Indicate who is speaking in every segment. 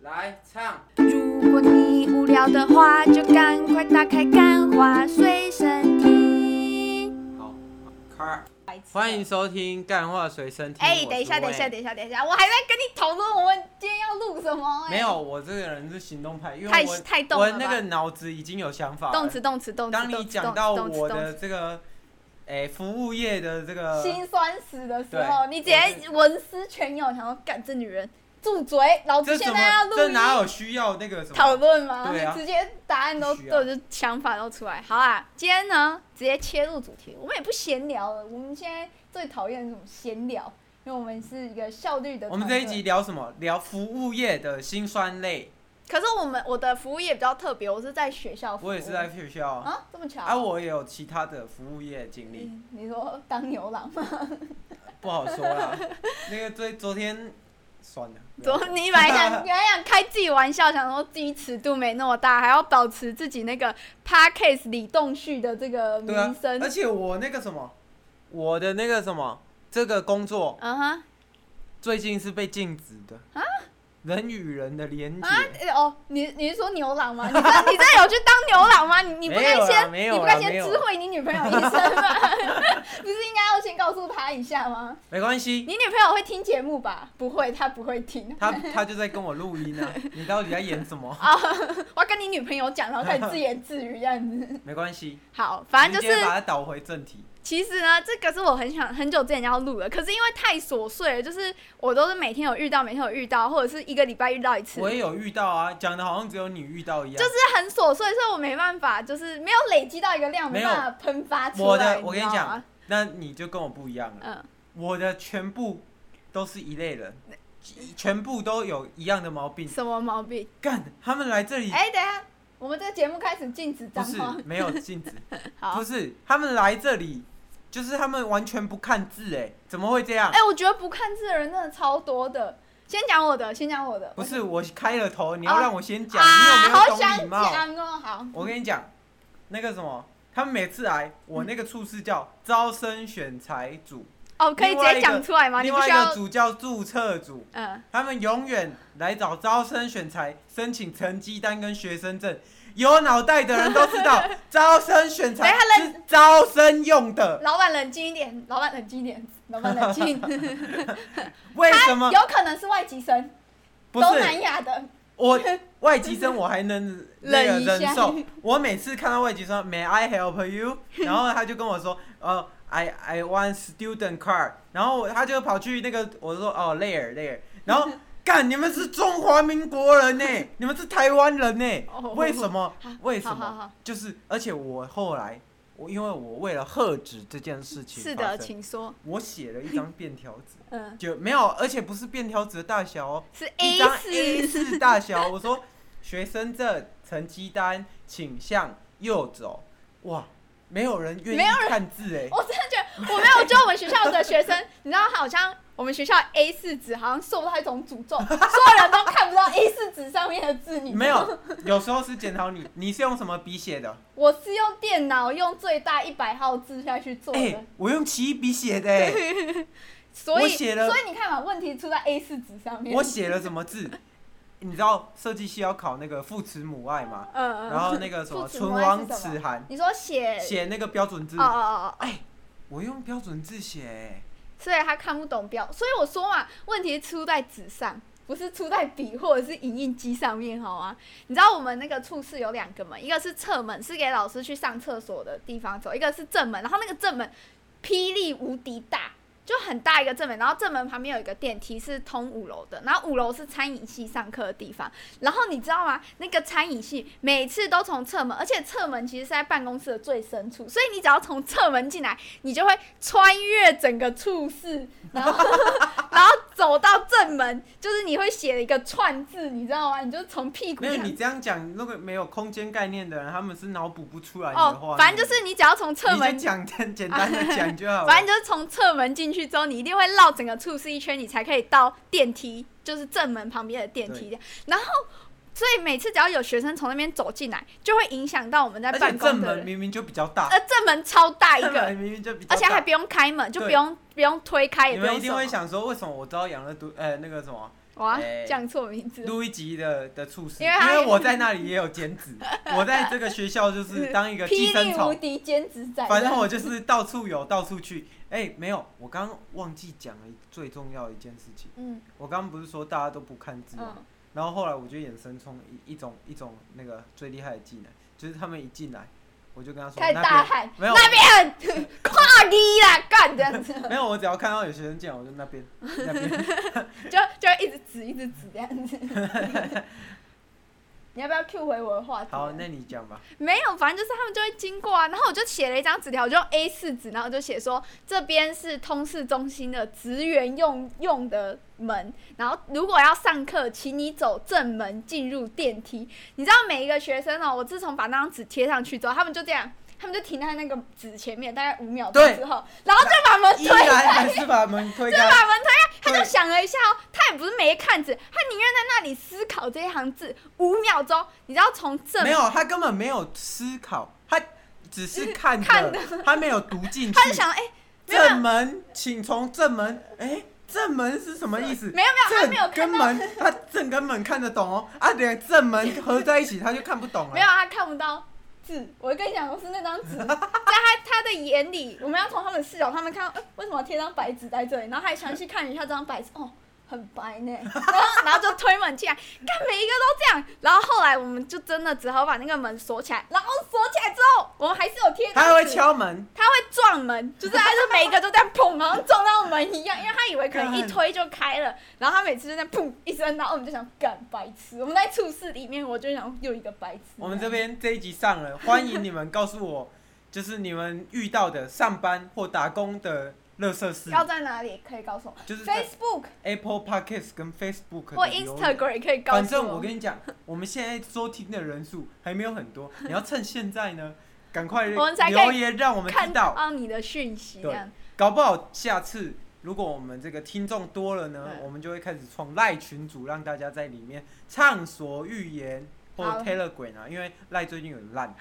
Speaker 1: 来唱，
Speaker 2: 如果你无聊的话，就赶快打开《干花随身听》。
Speaker 1: 好，开。欢迎收听《干话随身听》。
Speaker 3: 哎、等一下，等一下，等一下，等一下，我还在跟你讨论我们今天要录什么、哎
Speaker 1: 没，有，我这个人是行动派，因为
Speaker 3: 太
Speaker 1: 我
Speaker 3: 太动
Speaker 1: 我
Speaker 3: 了吧
Speaker 1: 那个脑子已经有想法了。
Speaker 3: 动词，动词，动词。
Speaker 1: 当你
Speaker 3: 动词
Speaker 1: 讲到
Speaker 3: 动词
Speaker 1: 我
Speaker 3: 动词
Speaker 1: 的这个，哎、服务业的这
Speaker 3: 动词
Speaker 1: 个，
Speaker 3: 心酸死的时候，
Speaker 1: 对
Speaker 3: 你直接文思泉涌，想说干这女人住嘴，老
Speaker 1: 这
Speaker 3: 子
Speaker 1: 怎
Speaker 3: 现
Speaker 1: 么
Speaker 3: 在要录
Speaker 1: 这哪
Speaker 3: 音
Speaker 1: 有需要那个什
Speaker 3: 讨
Speaker 1: 么？
Speaker 3: 论吗？
Speaker 1: 对啊
Speaker 3: 直接答案都
Speaker 1: 必须啊
Speaker 3: 都就想法都出来。好啊，今天呢直接切入主题，我们也不闲聊了，我们现在最讨厌什么闲聊，因为我们是一个效率的。
Speaker 1: 我们这一集。聊什么？聊服务业的辛酸泪。
Speaker 3: 可是我们我的服务业比较特别，我是在学校服务。
Speaker 1: 我也是在学校啊，
Speaker 3: 啊，这么巧
Speaker 1: 啊，我也有其他的服务业经历，
Speaker 3: 嗯你说当牛郎 吗？
Speaker 1: 不好说 啦。那个昨昨天算了，不要
Speaker 3: 昨你本来想原来想开自己玩笑，想说自己尺度没那么大，还要保持自己那个 podcast 李栋旭的这个
Speaker 1: 对啊
Speaker 3: 名声。，
Speaker 1: 而且我那个什么，我的那个什么，这个工作
Speaker 3: 嗯哼
Speaker 1: 最近是被禁止的啊，人与人的连接
Speaker 3: 啊。诶哦，你你是说牛郎吗？你 这你这有去当牛郎吗？你你不
Speaker 1: 没有
Speaker 3: 该
Speaker 1: 啦
Speaker 3: 先
Speaker 1: 没
Speaker 3: 你
Speaker 1: 有啦
Speaker 3: 不该先
Speaker 1: 没有
Speaker 3: 知会你女朋友一声吗？ 不是应该要先告诉她一下吗？
Speaker 1: 没关系，
Speaker 3: 你女朋友会听节目吧？不会，她不会听。
Speaker 1: 他他就在跟我录音啊， 你到底在演什么？
Speaker 3: 我要跟你女朋友讲，然后开始自言自语这样子。
Speaker 1: 没关系，
Speaker 3: 好，反正就
Speaker 1: 直
Speaker 3: 是
Speaker 1: 接把它导回正题。
Speaker 3: 其实呢，这个是我很想很久之前要录的，可是因为太琐碎了，就是我都是每天有遇到，每天有遇到，或者是一个礼拜遇到一次，
Speaker 1: 我
Speaker 3: 就
Speaker 1: 也有遇到啊，讲的好像只有你遇到一样。
Speaker 3: 是很琐碎，所以我没办法，就是没有累积到一个量，
Speaker 1: 没
Speaker 3: 没
Speaker 1: 有
Speaker 3: 办法喷发出来。
Speaker 1: 我的，我跟
Speaker 3: 你
Speaker 1: 你
Speaker 3: 知道
Speaker 1: 讲
Speaker 3: 吗，，
Speaker 1: 那你就跟我不一样了。
Speaker 3: 嗯，
Speaker 1: 我的全部都是一类人，全部都有一样的毛病。
Speaker 3: 什么毛病？
Speaker 1: 干，他们来这里
Speaker 3: 哎、等一下，我们这个节目开始禁止
Speaker 1: 不
Speaker 3: 脏
Speaker 1: 是
Speaker 3: 话。
Speaker 1: 没有镜子，
Speaker 3: 好
Speaker 1: 不，是他们来这里，就是他们完全不看字，哎，怎么会这样
Speaker 3: 哎、？我觉得不看字的人真的超多的。先讲我的，先讲我的。
Speaker 1: 不是我开了头，你要
Speaker 3: 啊
Speaker 1: 让我先讲，
Speaker 3: 啊，
Speaker 1: 你有没
Speaker 3: 好
Speaker 1: 有懂礼
Speaker 3: 想
Speaker 1: 貌？
Speaker 3: 讲哦，好。
Speaker 1: 我跟你讲，那个什么，他们每次来，我那个处室叫招生选材组，
Speaker 3: 哦，可以
Speaker 1: 另
Speaker 3: 直
Speaker 1: 外一
Speaker 3: 接
Speaker 1: 个
Speaker 3: 讲出来吗？你
Speaker 1: 另
Speaker 3: 不
Speaker 1: 外
Speaker 3: 需
Speaker 1: 一个
Speaker 3: 要，
Speaker 1: 组叫注册组。
Speaker 3: 嗯。
Speaker 1: 他们永远来找招生选材，申请成绩单跟学生证。有脑袋的人都知道，招生选 材
Speaker 3: 哎他认
Speaker 1: 是招生用的。
Speaker 3: 老板冷静一点，老板冷静一 点，老板冷静。
Speaker 1: 为什么
Speaker 3: 有可能是外籍生，
Speaker 1: 不
Speaker 3: 东
Speaker 1: 是
Speaker 3: 南亚的。
Speaker 1: 我 外籍生？我还能那个
Speaker 3: 忍一下
Speaker 1: 忍受。我每次看到外籍生，May I help you？然后他就跟我说，呃，I I want student card。然后他就跑去那个，我说哦，there there。然 后干，你们是中华民国人呢，你们是台湾人呢
Speaker 3: 哦，
Speaker 1: 为什么？为什
Speaker 3: 好好
Speaker 1: 么？
Speaker 3: 好，
Speaker 1: 就是，而且我后来，我因为我为了喝止这件事情，
Speaker 3: 是的，，请说。
Speaker 1: 我写了一张便条纸，
Speaker 3: 嗯，
Speaker 1: 就没有，而且不是便条纸的大小哦，
Speaker 3: 是
Speaker 1: 一张
Speaker 3: A
Speaker 1: A
Speaker 3: 四。
Speaker 1: 四大小。我说，学生证、成绩单，请向右走。哇，没有人愿
Speaker 3: 没有哦
Speaker 1: 意看字哎、
Speaker 3: 我真的觉得，我没有，我觉得我们学校的学生，你知道，好像我们学校 A 四纸好像受到一种诅咒，所有人都看不到 A 四纸上面的字。你知道吗
Speaker 1: 没，有， 有时候是检讨你，你是用什么笔写的？
Speaker 3: 我是用电脑用最大一百号字下去做
Speaker 1: 哎、
Speaker 3: 的，
Speaker 1: 我用奇异笔写的、欸，
Speaker 3: 所
Speaker 1: 我
Speaker 3: 以
Speaker 1: 写了
Speaker 3: 所以你看嘛，问题出在 A 四纸上面。
Speaker 1: 我写了什么字？你知道设计系要考那个父慈母爱吗？
Speaker 3: 嗯嗯，
Speaker 1: 然后那个什么
Speaker 3: 父子
Speaker 1: 唇
Speaker 3: 母爱
Speaker 1: 亡
Speaker 3: 是什么
Speaker 1: 齿寒，
Speaker 3: 你说写
Speaker 1: 写那个标准字
Speaker 3: 哦，哦哦哦，
Speaker 1: 我用标准字写、欸，
Speaker 3: 所以他看不懂标，所以我说嘛，问题出在纸上，不是出在笔或者是影印机上面，好吗？你知道我们那个处室有两个门，一个是侧门，是给老师去上厕所的地方走；一个是正门，然后那个正门霹雳无敌大。就很大一个正门，然后正门旁边有一个电梯是通五楼的，然后五楼是餐饮系上课的地方。然后你知道吗？那个餐饮系每次都从侧门，而且侧门其实是在办公室的最深处，所以你只要从侧门进来，你就会穿越整个处室，然后 然后走到正门，就是你会写了一个串字，你知道吗？你就从屁股
Speaker 1: 没有
Speaker 3: 这样
Speaker 1: 你这样讲，如果没有空间概念的人，他们是脑补不出来你的话、
Speaker 3: 哦，反正就是你只要从侧
Speaker 1: 你
Speaker 3: 门
Speaker 1: 就。讲 简简单的讲就好了。
Speaker 3: 反正就是从侧门进去之后，你一定会绕整个处室一圈，你才可以到电梯，就是正门旁边的电梯这样。然后，所以每次只要有学生从那边走进来，就会影响到我们在
Speaker 1: 而
Speaker 3: 办
Speaker 1: 且正
Speaker 3: 公的
Speaker 1: 门
Speaker 3: 人。
Speaker 1: 明明就比较大，
Speaker 3: 呃，正门超大一
Speaker 1: 正
Speaker 3: 个
Speaker 1: 门，明明就比较大，
Speaker 3: 而且还不用开门，就
Speaker 1: 对
Speaker 3: 不用不用推开，也
Speaker 1: 你
Speaker 3: 不
Speaker 1: 们
Speaker 3: 用
Speaker 1: 一
Speaker 3: 什
Speaker 1: 定会
Speaker 3: 么。
Speaker 1: 想说，为什么我知道养乐多呃那个什么
Speaker 3: 哇
Speaker 1: 哎，
Speaker 3: 讲错名字，
Speaker 1: 录一集的的处事，
Speaker 3: 因
Speaker 1: 因
Speaker 3: 为他
Speaker 1: 为我在那里也有兼 职，我在这个学校就是当一个寄
Speaker 3: 霹
Speaker 1: 生
Speaker 3: 雳无
Speaker 1: 虫，
Speaker 3: 敌兼职仔，
Speaker 1: 反正我就是到处有到处去。哎、没有，我刚刚忘记讲了一最重要的一件事情。
Speaker 3: 嗯
Speaker 1: 我刚刚不是说大家都不看字吗？
Speaker 3: 嗯
Speaker 1: 然后后来我就衍生出一一种一种那个最厉害的技能，就是他们一进来，我就跟他说
Speaker 3: 开始
Speaker 1: 那
Speaker 3: 大
Speaker 1: 边
Speaker 3: 喊
Speaker 1: 没有
Speaker 3: 那边 跨地啦，干这样子，
Speaker 1: 没有，我只要看到有学生进来，我就那边那边
Speaker 3: 就就一直指一直指这样子。 你要不要 Q 回我的话题啊？
Speaker 1: 好，那你讲吧。
Speaker 3: 没有，反正就是他们就会经过啊，然后我就写了一张纸条，我就用 A 四纸，然后我就写说这边是通识中心的职员用用的门，然后如果要上课，请你走正门进入电梯。你知道每一个学生哦，我自从把那张纸贴上去之后，他们就这样，他们就停在那个纸前面，大概五秒钟
Speaker 1: 对
Speaker 3: 之后，然后就把门
Speaker 1: 依
Speaker 3: 推
Speaker 1: 然
Speaker 3: 开。
Speaker 1: 还是把门 推开，
Speaker 3: 把门推开，他就
Speaker 1: 对
Speaker 3: 想了一下哦，他也不是没看纸，他宁愿在那里思考这一行字五秒钟。你知道从正
Speaker 1: 没有，他根本没有思考，他只是看着，
Speaker 3: 看
Speaker 1: 他没有读进去。
Speaker 3: 他就想，哎、没有
Speaker 1: 正门，请从正门。哎、正门是什么意思？
Speaker 3: 没有没有，他没有
Speaker 1: 正
Speaker 3: 看
Speaker 1: 跟
Speaker 3: 到，
Speaker 1: 门，他正跟门看得懂哦。啊，两正门合在一起，他就看不懂了。
Speaker 3: 没有，啊他看不到字。我跟你讲，我是那张 纸，在他他的眼里，我们要从他们的视角，他们看到，呃，为什么要贴张白纸在这里？然后还详细看一下这张白纸，哦。很白呢，然后然后就推门进来，看每一个都这样，然后后来我们就真的只好把那个门锁起来，然后锁起来之后，我们还是有贴一张纸，
Speaker 1: 他还会敲门，
Speaker 3: 他会撞门，就是他就每一个都在砰，好像撞到门一样，因为他以为可能一推就开了，然后他每次就在砰一声，然后我们就想干白痴，我们在处室里面，我就想又一个白痴。
Speaker 1: 我们这边这一集上了，欢迎你们告诉我，就是你们遇到的上班或打工的乐色事，
Speaker 3: 要在哪里可以告诉我
Speaker 1: 就是在
Speaker 3: ？Facebook
Speaker 1: Apple Podcast 跟 Facebook
Speaker 3: 或
Speaker 1: 的留言
Speaker 3: Instagram 也可以告诉我。
Speaker 1: 反正我跟你讲，我们现在收听的人数还没有很 多，你要趁现在呢，赶快
Speaker 3: 我们才可以
Speaker 1: 留言让我们
Speaker 3: 看
Speaker 1: 知道。
Speaker 3: 到你的讯息，这样
Speaker 1: 搞不好下次如果我们这个听众多了呢，
Speaker 3: 嗯
Speaker 1: 我们就会开始创赖群组，让大家在里面畅所欲言。或
Speaker 3: 好
Speaker 1: Telegram 啊，因为赖最近有点烂，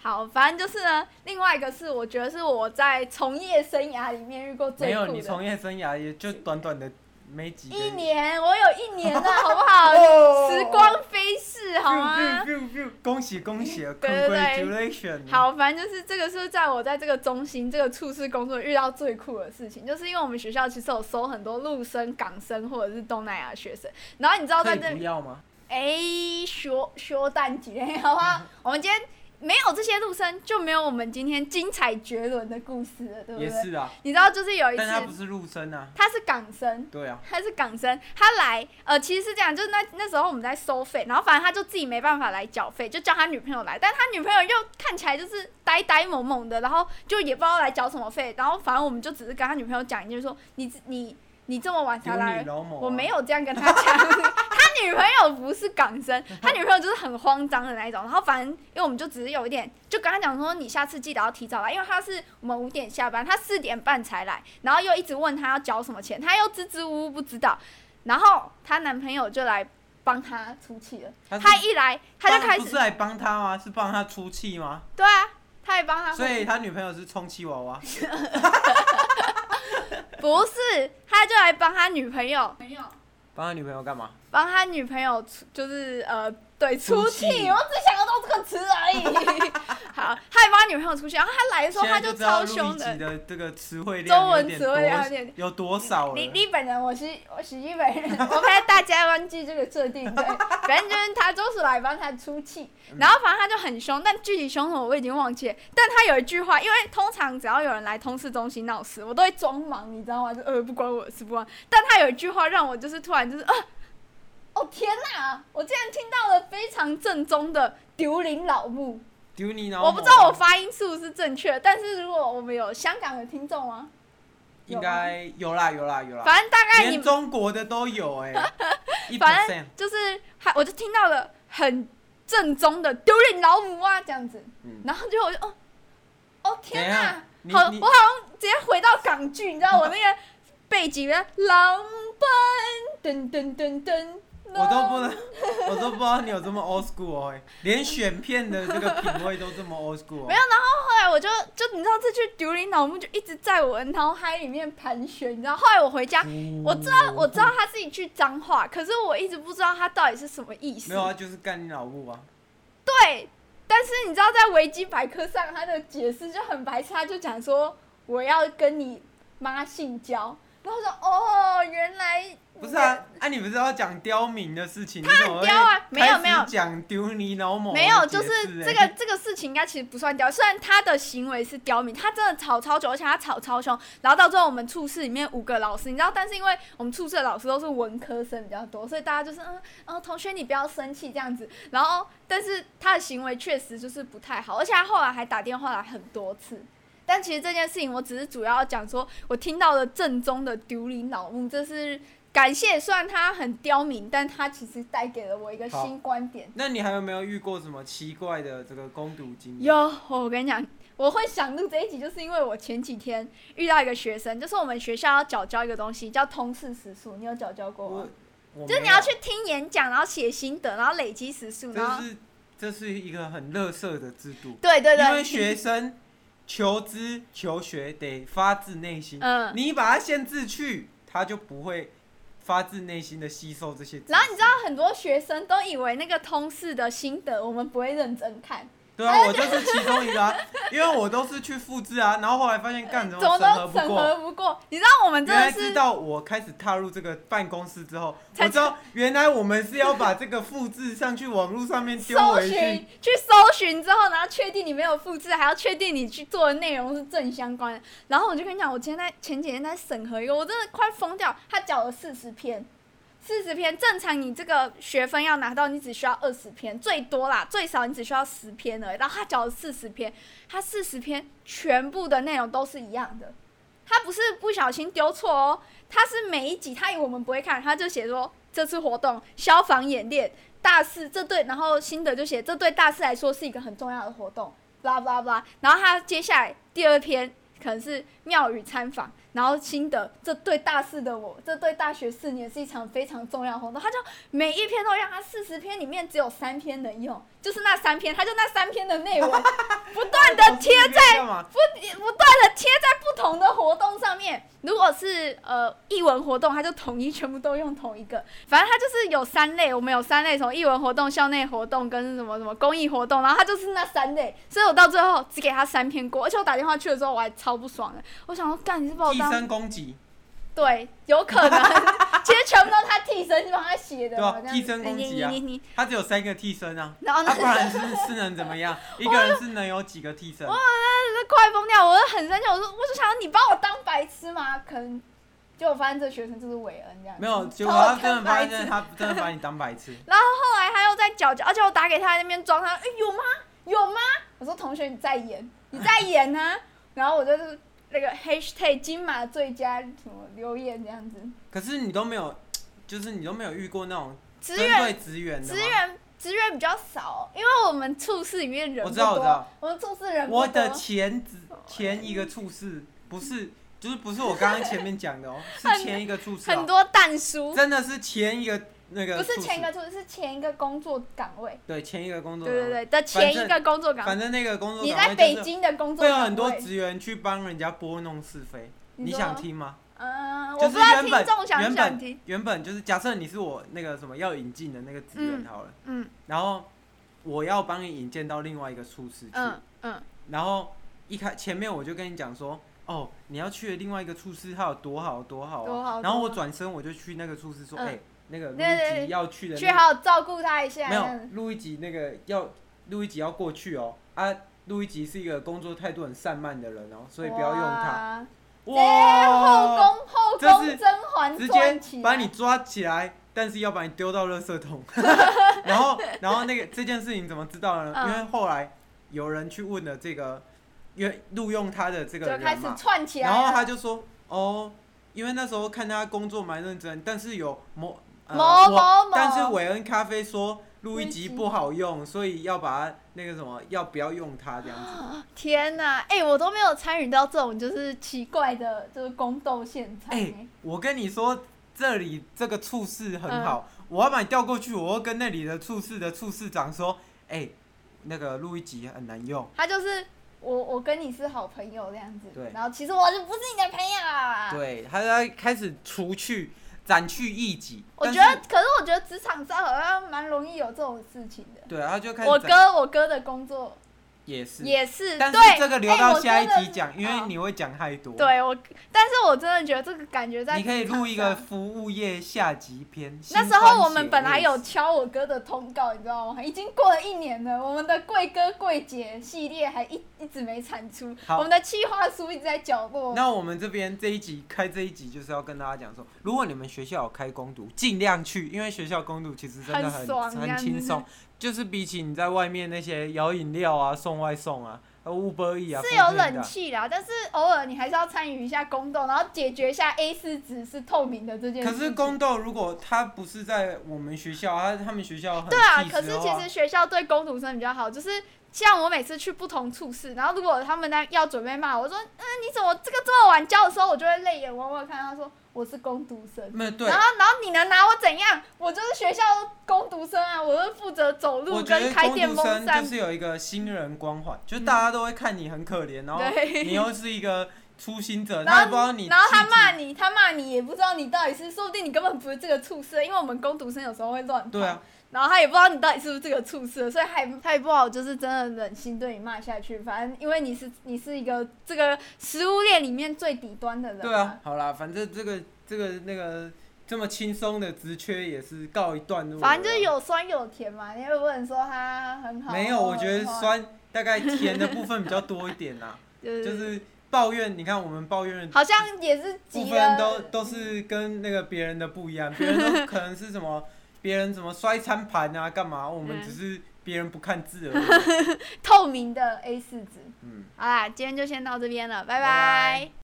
Speaker 3: 好，反正就是呢。另外一个是，我觉得是我在从业生涯里面遇过
Speaker 1: 没
Speaker 3: 最
Speaker 1: 有
Speaker 3: 酷
Speaker 1: 你
Speaker 3: 的。
Speaker 1: 从业生涯也就短短的没几个
Speaker 3: 一年，我有一年了，好不好？
Speaker 1: 哦
Speaker 3: 时光飞逝，好吗？
Speaker 1: ，biu biu biu biu，恭喜恭喜啊
Speaker 3: 对对
Speaker 1: ，Congratulations！，啊
Speaker 3: 好，反正就是这个是在我在这个中心这个处室工作遇到最酷的事情，就是因为我们学校其实有收很多陆生、港生或者是东南亚学生，然后你知道
Speaker 1: 可
Speaker 3: 在
Speaker 1: 以
Speaker 3: 这
Speaker 1: 不
Speaker 3: 里
Speaker 1: 要吗？
Speaker 3: 哎说说淡几嘞， 好不
Speaker 1: 嗯
Speaker 3: 好？我们今天没有这些陆生，就没有我们今天精彩绝伦的故事了，对不
Speaker 1: 也
Speaker 3: 对？
Speaker 1: 是啊，
Speaker 3: 你知道就是有一次
Speaker 1: 但他不是入生啊，
Speaker 3: 他是港生，
Speaker 1: 对啊，
Speaker 3: 他是港生，他来，呃，其实是这样，就是那那时候我们在收费，然后反正他就自己没办法来缴费，就叫他女朋友来，但他女朋友又看起来就是呆呆萌萌的，然后就也不知道来缴什么费，然后反正我们就只是跟他女朋友讲一句说，你你你这么晚才
Speaker 1: 有
Speaker 3: 来
Speaker 1: 你，老某啊，
Speaker 3: 我没有这样跟他讲， 他女朋友不是港生，
Speaker 1: 嗯
Speaker 3: 他女朋友就是很慌张的那一种。然后反正因为我们就只是有一点，就跟他讲说你下次记得要提早来，因为他是我们五点下班，他四点半才来，然后又一直问他要交什么钱，他又支支吾吾不知道。然后她男朋友就来帮她出气了，
Speaker 1: 他是
Speaker 3: 他一来他就
Speaker 1: 帮
Speaker 3: 开
Speaker 1: 不
Speaker 3: 始
Speaker 1: 是来帮他吗？是帮他出气吗？
Speaker 3: 对啊，他也帮他
Speaker 1: 所以他女朋友是充气娃娃，
Speaker 3: 不是，他就来帮他女朋友
Speaker 1: 帮他女朋友干嘛？
Speaker 3: 帮他女朋友出，就是呃，对，
Speaker 1: 出
Speaker 3: 出
Speaker 1: 气
Speaker 3: 气，我只想要到这个词而已。 好，他也帮他女朋友出气，然后他来的时候
Speaker 1: 现
Speaker 3: 他
Speaker 1: 在
Speaker 3: 就
Speaker 1: 知道
Speaker 3: 超
Speaker 1: 录一
Speaker 3: 凶
Speaker 1: 集
Speaker 3: 的。
Speaker 1: 的这个词汇量
Speaker 3: 中
Speaker 1: 有
Speaker 3: 文
Speaker 1: 点
Speaker 3: 词汇量有
Speaker 1: 多
Speaker 3: 点
Speaker 1: 有多少
Speaker 3: 你
Speaker 1: 了？
Speaker 3: 你本人，我是我是日本人，我怕大家忘记这个设定。对，反正就是他就是来帮他出气，然后反正他就很凶，但具体凶什么我已经忘记了。但他有一句话，因为通常只要有人来通市中心闹事，我都会装忙，你知道吗？就呃不关我的事，不关。但他有一句话让我就是突然就是啊， 哦天哪！我竟然听到了非常正宗的丢林老木，
Speaker 1: 丢你啊脑！
Speaker 3: 我不知道我发音是不是正确，但是如果我们有香港的听众啊，
Speaker 1: 应该有啦有啦有啦，
Speaker 3: 反正大概你
Speaker 1: 连
Speaker 3: 们。
Speaker 1: 中国的都有 哎，一
Speaker 3: 反
Speaker 1: percent
Speaker 3: 就是还我就听到了很正宗的丢脸老母啊这样子，
Speaker 1: 嗯
Speaker 3: 然后就我就哦哦天
Speaker 1: 等一
Speaker 3: 哪
Speaker 1: 下，你
Speaker 3: 好，
Speaker 1: 你
Speaker 3: 我好像直接回到港剧，你知道我那个背景的狼奔噔噔噔噔，
Speaker 1: 我都不能，我都不哦知道你有这么 old school 哎，连选片的这个品味都这么 old school
Speaker 3: 没
Speaker 1: 哦。
Speaker 3: 有。然后后来我就就你知道这句独领导木就一直在我的脑海里面盘旋，你知道。后来我回家，啊我知道我知道他是一句脏话，可是我一直不知道他到底是什么意思
Speaker 1: 没。有啊，就是干你老母啊！
Speaker 3: 对，但是你知道在维基百科上他的解释就很白痴，他就讲说我要跟你妈性交，然后说哦，原来
Speaker 1: 不是啊，啊，你不是要讲刁民的事情？他
Speaker 3: 很刁啊没有没有
Speaker 1: 讲丢你老母的
Speaker 3: 没有，就
Speaker 1: 解释
Speaker 3: 是
Speaker 1: 欸
Speaker 3: 这个这个事情应该其实不算刁，虽然他的行为是刁民，他真的吵超久，而且他吵超凶。然后到最后我们处室里面五个老师，你知道，但是因为我们处室的老师都是文科生比较多，所以大家就是嗯嗯，同学你不要生气这样子。然后，但是他的行为确实就是不太好，而且他后来还打电话来很多次。但其实这件事情，我只是主要讲说，我听到了正宗的丢里脑目，这是感谢。虽然他很刁民，但他其实带给了我一个
Speaker 1: 好
Speaker 3: 新观点。
Speaker 1: 那你还有没有遇过什么奇怪的这个攻读经历？
Speaker 3: 有，我跟你讲，我会想录这一集，就是因为我前几天遇到一个学生，就是我们学校要缴交一个东西叫通识时数，你有缴交过
Speaker 1: 我
Speaker 3: 吗？，
Speaker 1: 我
Speaker 3: 就是
Speaker 1: 没
Speaker 3: 你
Speaker 1: 有啊
Speaker 3: 要去，听演讲，然后写心得，然后累积时数，然
Speaker 1: 这
Speaker 3: 后
Speaker 1: 是这是一个很乐色的制度，
Speaker 3: 对对
Speaker 1: 因
Speaker 3: 对，
Speaker 1: 为学生求知求学得发自内心，
Speaker 3: 嗯，
Speaker 1: 你把它限制去，他就不会发自内心的吸收这些知识。
Speaker 3: 然后你知道很多学生都以为那个通识的心得我们不会认真看，
Speaker 1: 对啊，我就是其中一个、啊， 因为我都是去复制啊，然后后来发现干什
Speaker 3: 怎
Speaker 1: 么
Speaker 3: 么
Speaker 1: 审核
Speaker 3: 都
Speaker 1: 不
Speaker 3: 审
Speaker 1: 过。
Speaker 3: 核不过。你知道我们真
Speaker 1: 原
Speaker 3: 的
Speaker 1: 来知
Speaker 3: 是
Speaker 1: 道我开始踏入这个办公室之后，
Speaker 3: 才
Speaker 1: 我知道原来我们是要把这个复制上去网络上面丢
Speaker 3: 搜
Speaker 1: 回
Speaker 3: 寻
Speaker 1: 去。
Speaker 3: 去搜寻之后，然后确定你没有复制，还要确定你去做的内容是正相关的。然后我就跟你讲，我今天在前几天在审核一个，我真的快疯掉。他缴了四十篇，四十篇正常你这个学分要拿到，你只需要二十篇，最多啦，最少你只需要十篇而已。然后他缴了四十篇，他四十篇全部的内容都是一样的。他不是不小心丢错哦，他是每一集他以为我们不会看，他就写说这次活动消防演练大四，这对，然后新的就写这对大四来说是一个很重要的活动，blah blah blah。然后他接下来第二篇可能是庙宇参访，然后新的这对大四的我，这对大学四年是一场非常重要的活动。他就每一篇都让他四十篇里面只有三篇能用，就是那三篇，他就那三篇的内容不断的贴
Speaker 1: 在干嘛？
Speaker 3: 不断的贴在不同的活动上面。如果是呃译文活动，它就统一全部都用同一个。反正它就是有三类，我们有三类，什么译文活动、校内活动跟什么什么公益活动，然后它就是那三类。所以我到最后只给他三篇过，而且我打电话去的时候我还超不爽的，我想说干你是把我
Speaker 1: 第
Speaker 3: 当
Speaker 1: 三攻击，
Speaker 3: 对，有可能，其实全部都是他替身帮他写的嘛，
Speaker 1: 对啊
Speaker 3: 这样
Speaker 1: 替身攻击啊
Speaker 3: 你你你你，
Speaker 1: 他只有三个替身啊，
Speaker 3: 然后呢
Speaker 1: 他？不然是是能怎么 样？一个人是能有几个替身？
Speaker 3: 真的快疯掉，我就很生气，我说我就想你把我当白痴吗？可能结果发现这个学生就是韦恩这样，
Speaker 1: 没有，结
Speaker 3: 把
Speaker 1: 果
Speaker 3: 我
Speaker 1: 他真的
Speaker 3: 哦当
Speaker 1: 发
Speaker 3: 白
Speaker 1: 现
Speaker 3: 痴。
Speaker 1: 他真的把你当白痴。
Speaker 3: 然后后来他又在搅搅，而且我打给他那边装他，哎、有吗？有吗？我说同学你在演，你在演呢、 然后我就是那个 hashtag 金马最佳什么留言这样子，
Speaker 1: 可是你都没有，就是你都没有遇过那种
Speaker 3: 职
Speaker 1: 针
Speaker 3: 员
Speaker 1: 对职员的
Speaker 3: 职
Speaker 1: 吗？
Speaker 3: 员职员比较少，因为我们处室里面人
Speaker 1: 我
Speaker 3: 不
Speaker 1: 知
Speaker 3: 多，
Speaker 1: 道，我知道。
Speaker 3: 我们处室人不多。哦
Speaker 1: 我的前职前一个处事不是，就是不是我刚刚前面讲的 哦，是前一个处事、
Speaker 3: 很
Speaker 1: 哦，
Speaker 3: 多蛋叔，
Speaker 1: 真的是前一个那个
Speaker 3: 不是
Speaker 1: 处室
Speaker 3: 前一个处室，是前一个工作岗位。
Speaker 1: 对前一个工作
Speaker 3: 对
Speaker 1: 岗位，
Speaker 3: 对对的前一个工作岗
Speaker 1: 反正那个工作
Speaker 3: 你
Speaker 1: 岗
Speaker 3: 在
Speaker 1: 位
Speaker 3: 北
Speaker 1: 就是
Speaker 3: 京的工作
Speaker 1: 会有
Speaker 3: 岗位，
Speaker 1: 很多职员去帮人家拨弄是非，你
Speaker 3: 说
Speaker 1: 想？听吗？
Speaker 3: 嗯，我
Speaker 1: 就是
Speaker 3: 不知道
Speaker 1: 原
Speaker 3: 听
Speaker 1: 本
Speaker 3: 众想不
Speaker 1: 原
Speaker 3: 想
Speaker 1: 本
Speaker 3: 听。
Speaker 1: 原本就是假设你是我那个什么要引进的那个职员
Speaker 3: 嗯
Speaker 1: 好了，
Speaker 3: 嗯
Speaker 1: 然后我要帮你引荐到另外一个处室去，
Speaker 3: 嗯嗯，
Speaker 1: 然后一开前面我就跟你讲说，哦，你要去的另外一个处室它有多好多好啊，
Speaker 3: 多好
Speaker 1: 然后
Speaker 3: 多
Speaker 1: 我
Speaker 3: 好
Speaker 1: 转身我就去那个处室说，
Speaker 3: 嗯
Speaker 1: 哎、那个录
Speaker 3: 对对
Speaker 1: 一
Speaker 3: 对
Speaker 1: 集要去的、
Speaker 3: 去
Speaker 1: 那
Speaker 3: 好好照顾他一下。
Speaker 1: 没
Speaker 3: 这
Speaker 1: 有
Speaker 3: 样子
Speaker 1: 录一集那个要录一集要过去哦啊。录一集是一个工作态度很散漫的人哦，所以不要用他。。
Speaker 3: 哇哎后
Speaker 1: 哇，
Speaker 3: 宫后
Speaker 1: 这
Speaker 3: 宫
Speaker 1: 是
Speaker 3: 甄嬛
Speaker 1: 直
Speaker 3: 传奇
Speaker 1: 接
Speaker 3: 啊，
Speaker 1: 把你抓起来，但是要把你丢到垃圾 桶。 然后，然后那个这件事情怎么知道呢？
Speaker 3: 嗯
Speaker 1: 因为后来有人去问了这个，因为录用他的这个
Speaker 3: 就开
Speaker 1: 人
Speaker 3: 始
Speaker 1: 嘛，
Speaker 3: 串起来了。
Speaker 1: 然后他就说：“哦，因为那时候看他工作蛮认真，但是有某、呃、
Speaker 3: 某
Speaker 1: 我
Speaker 3: 某某
Speaker 1: 但是韦恩咖啡说录一
Speaker 3: 录一集
Speaker 1: 集不好用，所以要把它那个什么，要不要用它这样子？
Speaker 3: 天哪，哎、我都没有参与到这种就是奇怪的，就是宫斗现场、
Speaker 1: 哎、
Speaker 3: 哎
Speaker 1: 我跟你说，这里这个处室很好，
Speaker 3: 嗯
Speaker 1: 我要把你调过去，我会跟那里的处室的处室长说，哎、那个录一集很难用，
Speaker 3: 他就是我我跟你是好朋友这样子，
Speaker 1: 对
Speaker 3: 然后其实我是不是你的朋友啊？
Speaker 1: 对，他要开始除去、斩去异己。
Speaker 3: 我
Speaker 1: 但
Speaker 3: 觉
Speaker 1: 是
Speaker 3: 得，可是我觉得职场上好像蛮容易有这种事情的。
Speaker 1: 对，他就开始
Speaker 3: 我
Speaker 1: 斩
Speaker 3: 哥，我哥的工作
Speaker 1: 也是，
Speaker 3: 也是，
Speaker 1: 但是
Speaker 3: 对，
Speaker 1: 这个留
Speaker 3: 哎
Speaker 1: 到
Speaker 3: 我
Speaker 1: 下
Speaker 3: 哥的
Speaker 1: 一集讲，因为
Speaker 3: 嗯
Speaker 1: 你会讲太多。，
Speaker 3: 对我，但是我真的觉得这个感觉在
Speaker 1: 你可以
Speaker 3: 职场
Speaker 1: 录一个
Speaker 3: 上。
Speaker 1: 服务业下集篇。
Speaker 3: 那
Speaker 1: 辛
Speaker 3: 时候
Speaker 1: 酸
Speaker 3: 我们
Speaker 1: 血
Speaker 3: 本来
Speaker 1: 泪
Speaker 3: 有
Speaker 1: 史
Speaker 3: 敲我哥的通告，你知道吗？已经过了一年了，我们的贵哥贵姐系列还一一直没产出，
Speaker 1: 好
Speaker 3: 我们的企划书一直在角落。
Speaker 1: 那我们这边这一集开这一集就是要跟大家讲说，如果你们学校有开工读，尽量去，因为学校工读其实真的
Speaker 3: 很
Speaker 1: 很
Speaker 3: 爽这样子
Speaker 1: 轻松，就是比起你在外面那些摇饮料啊、送外送啊、呃 Uber E 啊，
Speaker 3: 是
Speaker 1: Foodpanda
Speaker 3: 有冷气啦，但是偶尔你还是要参与一下宫斗，然后解决一下 A 四纸是透明的这件事
Speaker 1: 可
Speaker 3: 情。
Speaker 1: 是宫斗如果他不是在我们学校，他他们学校很
Speaker 3: 对啊，
Speaker 1: 细
Speaker 3: 可
Speaker 1: 致的
Speaker 3: 是其
Speaker 1: 话
Speaker 3: 实学校对工读生比较好，就是像我每次去不同处室，然后如果他们在要准备骂我，我说，嗯，你怎么这个这么晚教的时候，我就会泪眼汪汪看他说我是工读生。
Speaker 1: 没有对
Speaker 3: 然，后，然后你能拿我怎样？我就是学校工读生啊，我是负责走
Speaker 1: 我
Speaker 3: 路
Speaker 1: 觉
Speaker 3: 跟
Speaker 1: 得
Speaker 3: 开
Speaker 1: 工
Speaker 3: 电
Speaker 1: 读
Speaker 3: 风
Speaker 1: 生
Speaker 3: 扇。嗯
Speaker 1: 就是有一个新人光环，就是大家都会看你很可怜，然后
Speaker 3: 对
Speaker 1: 你又是一个初心者，
Speaker 3: 然
Speaker 1: 他
Speaker 3: 后
Speaker 1: 也不知道你
Speaker 3: 然后他
Speaker 1: 具体
Speaker 3: 骂你，他骂你也不知道你到底是，说不定你根本不是这个畜生，因为我们工读生有时候会乱跑
Speaker 1: 对啊，
Speaker 3: 然后他也不知道你到底是不是这个畜生，所以还他也不好，就是真的忍心对你骂下去。反正因为你是你是一个这个食物链里面最底端的人、
Speaker 1: 对啊，，好啦，反正这个这个那个这么轻松的职缺也是告一段落了啦。
Speaker 3: 反正就是有酸有甜嘛，你也不能说他很好。
Speaker 1: 没有？我觉得
Speaker 3: 很好
Speaker 1: 酸大概甜的部分比较多一点啦，
Speaker 3: 就是、
Speaker 1: 就是抱怨。你看我们抱怨的
Speaker 3: 好像也是
Speaker 1: 部
Speaker 3: 急
Speaker 1: 分
Speaker 3: 了，
Speaker 1: 都都是跟那个别人的不一 样，别人都可能是什么别人怎么摔餐盘啊，干嘛？我们
Speaker 3: 嗯
Speaker 1: 只是别人不看字 而已。
Speaker 3: 透明的 A 四纸。
Speaker 1: 嗯。
Speaker 3: 好啦，今天就先到这边了，
Speaker 1: 拜
Speaker 3: 拜
Speaker 1: 拜
Speaker 3: 拜